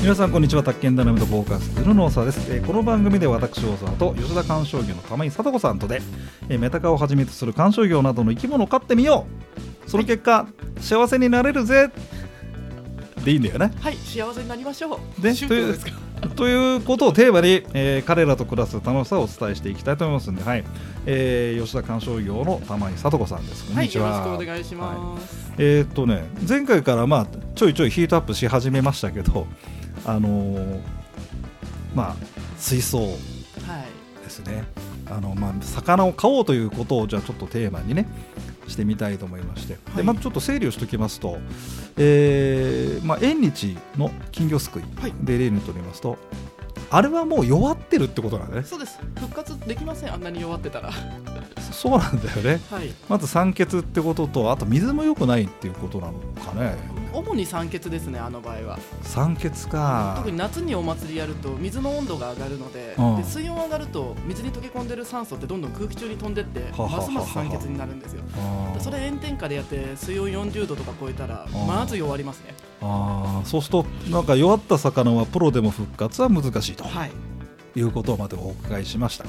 皆さんこんにちは宅建ダイナムとボーカスズルの大沢です、えーこの番組では私大沢と吉田鑑賞業の玉井貞子さんとで、えーメタカをはじめとする鑑賞業などの生き物を飼ってみようその結果、幸せになれるぜでいいんだよねはい、幸せになりましょう。ね宗教ですか。 ということをテーマに、えー彼らと暮らす楽しさをお伝えしていきたいと思いますんで、はいえー吉田鑑賞業の玉井貞子さんですこんはにい、ちよろは、しくお願いします。えーっとね前回からまあちょいちょいヒートアップし始めましたけどあのーまあ水槽はい、ですねあのまあ魚を飼おうということをじゃあちょっとテーマにねしてみたいと思いまして、はでいまあちょっと整理をしておきますと、えーまあ縁日の金魚すくいはいで例にとりますと、あれはもう弱ってるってことなんだねそうです。復活できません。あんなに弱ってたら。はそうなんだよねい。まず酸欠ってこととあと水も良くないっていうことなのかね主に酸欠ですね。あの場合は。酸欠か特に夏にお祭りやると水の温度が上がるので、うんで水温上がると水に溶け込んでる酸素ってどんどん空気中に飛んでって、ははははますます酸欠になるんですよ。あーそれ炎天下でやって水温40度とか超えたらうんまず弱りますね。あーそうするとなんか弱った魚はプロでも復活は難しいとはい。いうことをまでお伺いしました、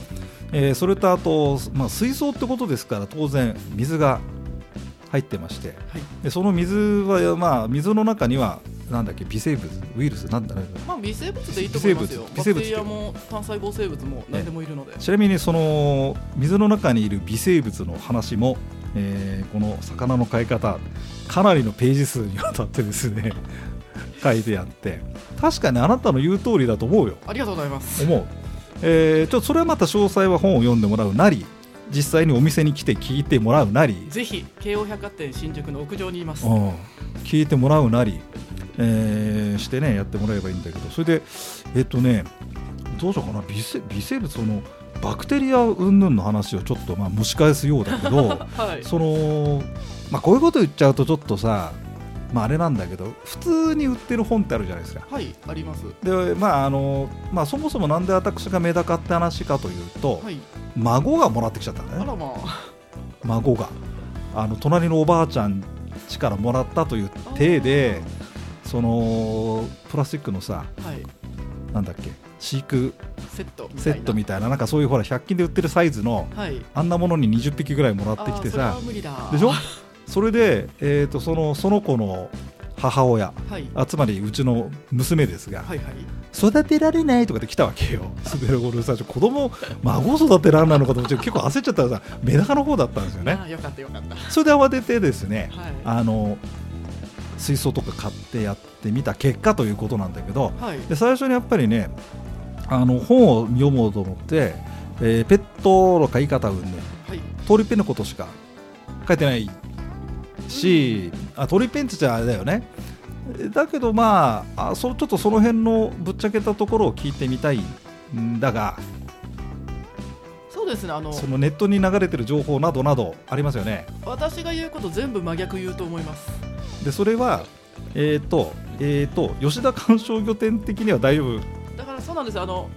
えーそれとあと、まあ、水槽ってことですから当然水が入ってましてはい。でその水は、まあ、水の中にはなんだっけ微生物ウイルスなんだろうまあ微生物でいいと思いますよ。微バ生ク物テリアも単細胞生物も何でもいるので。ちなみにその水の中にいる微生物の話も、えーこの魚の飼い方かなりのページ数にわたってですね 書いてあって確かにあなたの言う通りだと思うよありがとうございます。思う、えーちょっとそれはまた詳細は本を読んでもらうなり実際にお店に来て聞いてもらうなり、ぜひ京王百貨店新宿の屋上にいます。うはん、聞いてもらうなり、えーしてねやってもらえばいいんだけどそれでえっとねどうしようかな微生微生物そのバクテリア云々の話をちょっとまあ蒸し返すようだけ どい。その、まあ、こういうこと言っちゃうとちょっとさ、まあ、あれなんだけど普通に売ってる本ってあるじゃないですか。はい、あります。でまああのまあ、そもそもなんで私がメダカって話かというと、はい。孫がもらってきちゃったんあだねらまあ。孫があの隣のおばあちゃん家からもらったという体でそのプラスチックのさはい。なんだっけ飼育セットみたいな。セットみたいななんかそういうほら100均で売ってるサイズのはい。あんなものに20匹ぐらいもらってきてあーそれはさ無理だ。でしょそれで、えー、とそのその子の母親はい。あつまりうちの娘ですが、はいはい。育てられないとかって来たわけよ、 すべごろ最初、子供孫育てられないのかと思って、結構焦っちゃったらさ、メダカの方だったんですよねあ。ーよかったよかった。それで慌ててですね、はあの水槽とか買ってやってみた結果ということなんだけど、い。はい。で最初にやっぱりね、あの本を読もうと思って、えーペットの飼い方うんぬん、はい。トリペのことしか書いてないし、あトリペンって言っちゃあれだよね。だけどまああそうちょっとその辺のぶっちゃけたところを聞いてみたいんだがそうですね。あのそのネットに流れてる情報などなどありますよね。私が言うこと全部真逆言うと思います。でそれはえっ、とえっ、と吉田鑑賞魚店的には大丈夫だからそうなんですよ。あの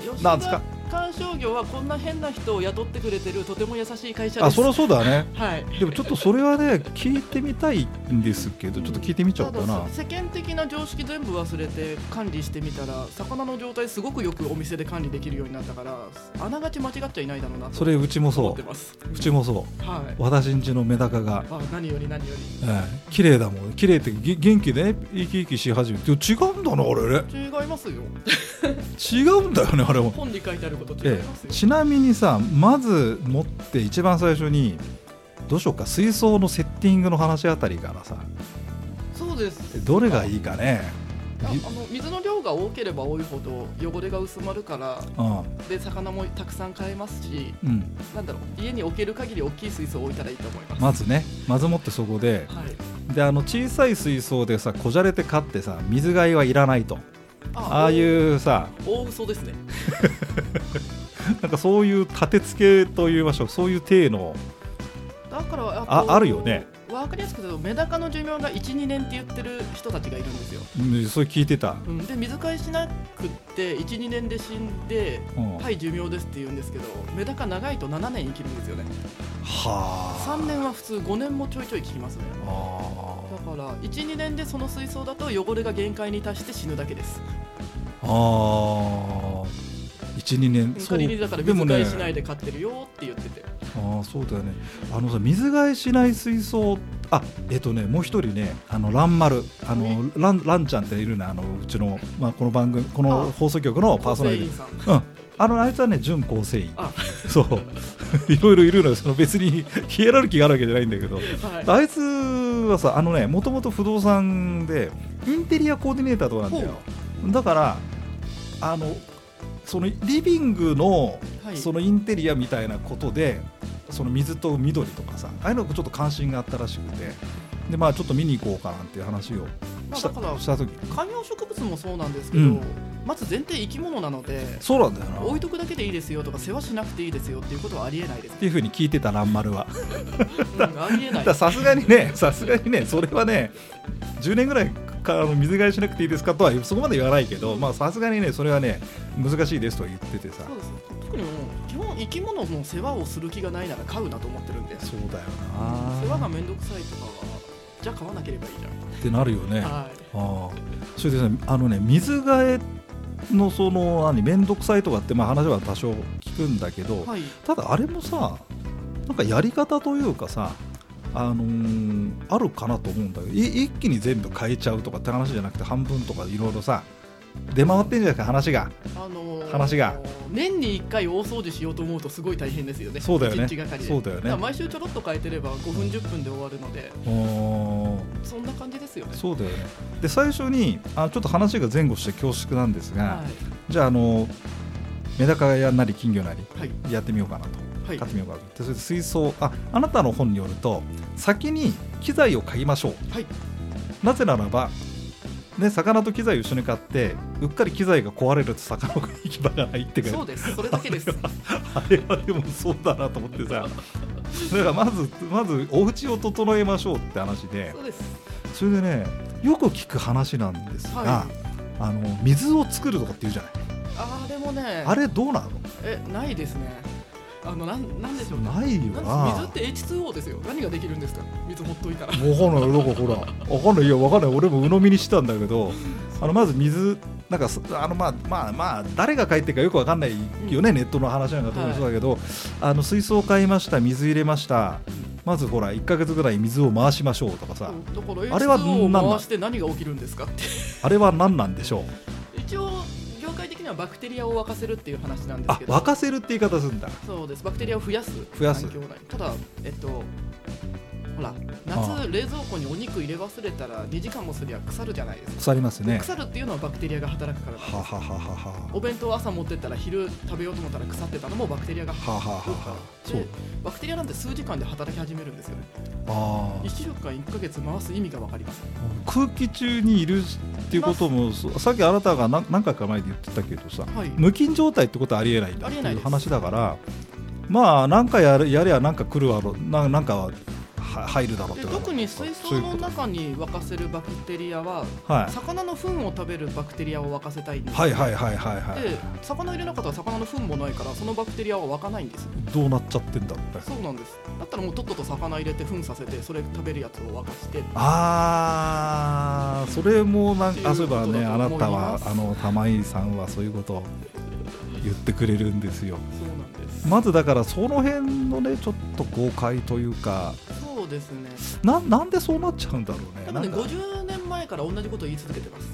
吉な田んですか鑑賞業はこんな変な人を雇ってくれてるとても優しい会社です。あそりゃそうだねはい。でもちょっとそれはね聞いてみたいんですけどちょっと聞いてみちゃおうかなただ世間的な常識全部忘れて管理してみたら魚の状態すごくよくお店で管理できるようになったからあながち間違っちゃいないだろうなとそれうちも思っそてますううちもそうはい私んちのメダカがあ何より何よりええ綺麗だもん綺麗ってげ元気でね生き生きし始めて違うんだなあれね違いますよ違うんだよねあれも、本に書いてあること違いえますえよ、ちなみにさまず持って一番最初にどうしようか水槽のセッティングの話あたりからさそうですどれがいいかねああの水の量が多ければ多いほど汚れが薄まるからうんで魚もたくさん買えますしうん、なんだろう家に置ける限り大きい水槽を置いたらいいと思います、まずねまずもってそこではい、であの小さい水槽でさこじゃれて飼ってさ水替えはいらないとああいううさ大嘘ですねなんかそういう立て付けという場所そういう体のだからあとああるよね分かりやすく言うとメダカの寿命が12年って言ってる人たちがいるんですよ、うんそれ聞いてた、うん、で水替えしなくって12年で死んでうんはい寿命ですって言うんですけどメダカ長いと7年生きるんですよねはあ3年は普通5年もちょいちょい聞きますねあだから12年でその水槽だと汚れが限界に達して死ぬだけですああ12年仮にだからで水もね替えしないで飼ってるよって言ってて、ああそうだよねあのさ水替えしない水槽あえっとねもう一人ねあのランマルあのランランちゃんっているねあのうちの、まあ、この番組こああの放送局のパーソナリテ構成ィ員さんうん、あのあいつはね準構成員あそう いろいろいるのよその別にヒエラルキーがあるわけじゃないんだけどはいあいつはさあのねもともと不動産でインテリアコーディネーターとかなんだよだからあのそのリビングのはいそのインテリアみたいなことでその水と緑とかさああいうのがちょっと関心があったらしくてでまあちょっと見に行こうかなんていう話をまあしだた,、からした時観葉植物もそうなんですけど、うんまず前提生き物なのでそうなんだよな置いっとくだけでいいですよとか世話しなくていいですよっていうことはありえないです、ていうふうに聞いてたらんまるは。うん、ありえな だいからさすがにね、 さすがにね、それはね、10年ぐらいからの水替えしなくていいですかとはそこまで言わないけど、まあさすがにね、それはね、難しいですとは言っててさ、そうです特にもう基本生き物の世話をする気がないなら飼うなと思ってるんでそうだよ世話なが面倒くさいとかはじゃあ飼わなければいいじゃってなるよね。ん、あはいあそれでね、あのね、水替えのその、何、面倒くさいとかって、まあ話は多少聞くんだけど、はい、ただあれもさ、なんかやり方というかさ、あのーあるかなと思うんだけどい一気に全部変えちゃうとかって話じゃなくて半分とかいろいろさ出回ってんじゃないか話があのー話が年に1回大掃除しようと思うとすごい大変ですよねそうだよね一日がかりでそうだよねから毎週ちょろっと変えてれば5分10分で終わるのでうーんそんな感じですよねそうだよねで最初にあちょっと話が前後して恐縮なんですが、はじゃああのメダカやなり金魚なりいはいやってみようかなと、はい買ってみようかなとでそれで水槽ああなたの本によると先に機材を買いましょうはいなぜならばね、魚と機材を一緒に買ってうっかり機材が壊れると魚が行き場がないってかそうですそれだ けですあれはでもそうだなと思って さだからまずまずお家を整えましょうって話でそうですそれでねよく聞く話なんですが、はいあの水を作るとかって言うじゃない、あーでもねあれどうなのえないですねあのなんなんでしょうねないよなんなで水って H2O ですよ何ができるんですか水ほっといたら分かんないなんかほら分かんないいや分かんない俺も鵜呑みにしてたんだけどあのまず水なんかすあのまあまあまあ誰が帰ってるかよく分かんないよね、ネットの話なんか特にそうだけど、あの水槽買いました水入れましたまずほら1か月ぐらい水を回しましょうとかさ、だからあれは H2O 何をだ回して何が起きるんですかってあれは何なんでしょう一応業界的にはバクテリアを沸かせるっていう話なんですあけど沸かせるって言い方するんだそうですバクテリアを増やす増やす環境内ただえっとほら夏あ冷蔵庫にお肉入れ忘れたら2時間もすりゃ腐るじゃないですか、腐りますね腐るっていうのはバクテリアが働くからなんですはははははお弁当を朝持ってったら昼食べようと思ったら腐ってたのもバクテリアがははははそでうバクテリアなんて数時間で働き始めるんですよねああ1週間1ヶ月回す意味が分かります空気中にいるっていうこともそうさっきあなたが何何回か前で言ってたけどさはい無菌状態ってことはありえないんだあっりてえないいでうす話だからまあ何かやるやりゃ何か来るわろななんかはは入るだろうっでてこと特に水そう槽いうこのと中に沸かせるバクテリアははい魚の糞を食べるバクテリアを沸かせたいんですはいはいはいはいはでい魚入れなかったら魚の糞もないからそのバクテリアは湧かないんですよどうなっちゃってんだろうねそうなんですだったらもうとっとと魚入れて糞させてそれ食べるやつを沸かしてあーそれもなんかあっそていうういこえばとだと思いねあまなすたはあの玉井さんはそういうことを言ってくれるんですよそうなんです、まずだからその辺のねちょっと誤解というかそうですねななんでそうなっちゃうんだろうねでもなねんか50年前から同じことを言い続けてます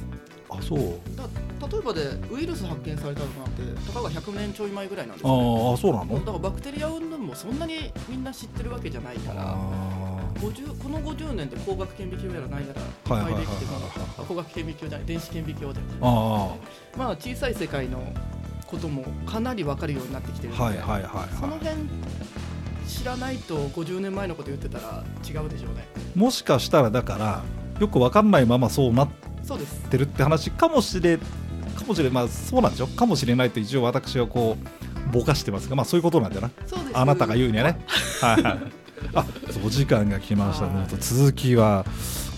あそうだ例えばでウイルス発見されたのなんてたかが100年ちょい前ぐらいなんですあよねーあそうなのだからバクテリア云々もそんなにみんな知ってるわけじゃないからあ50この50年で光学顕微鏡やらないやらいはっいぱはいいはいはいはいできてるから光学顕微鏡じゃない電子顕微鏡でーあまあ小さい世界のこともかなり分かるようになってきてるーので、はいはいはいそのは辺知らないと50年前のこと言ってたら違うでしょうねいもしかしたらだからよくわかんないままそうなっそうですてるって話かもしれかもしれまあそうなんでしょかもしれないと一応 私はこうぼかしてますがまあそういうことなんだよなそうですあなたが言うにはねはいはいあそうお時間が来ましたはねい続きは、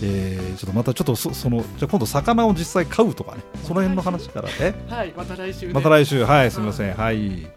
えーちょっとまたちょっとそそのじゃあ今度魚を実際飼うとかねその辺の話からえはいまた来週ねまた来週はいすみませんはい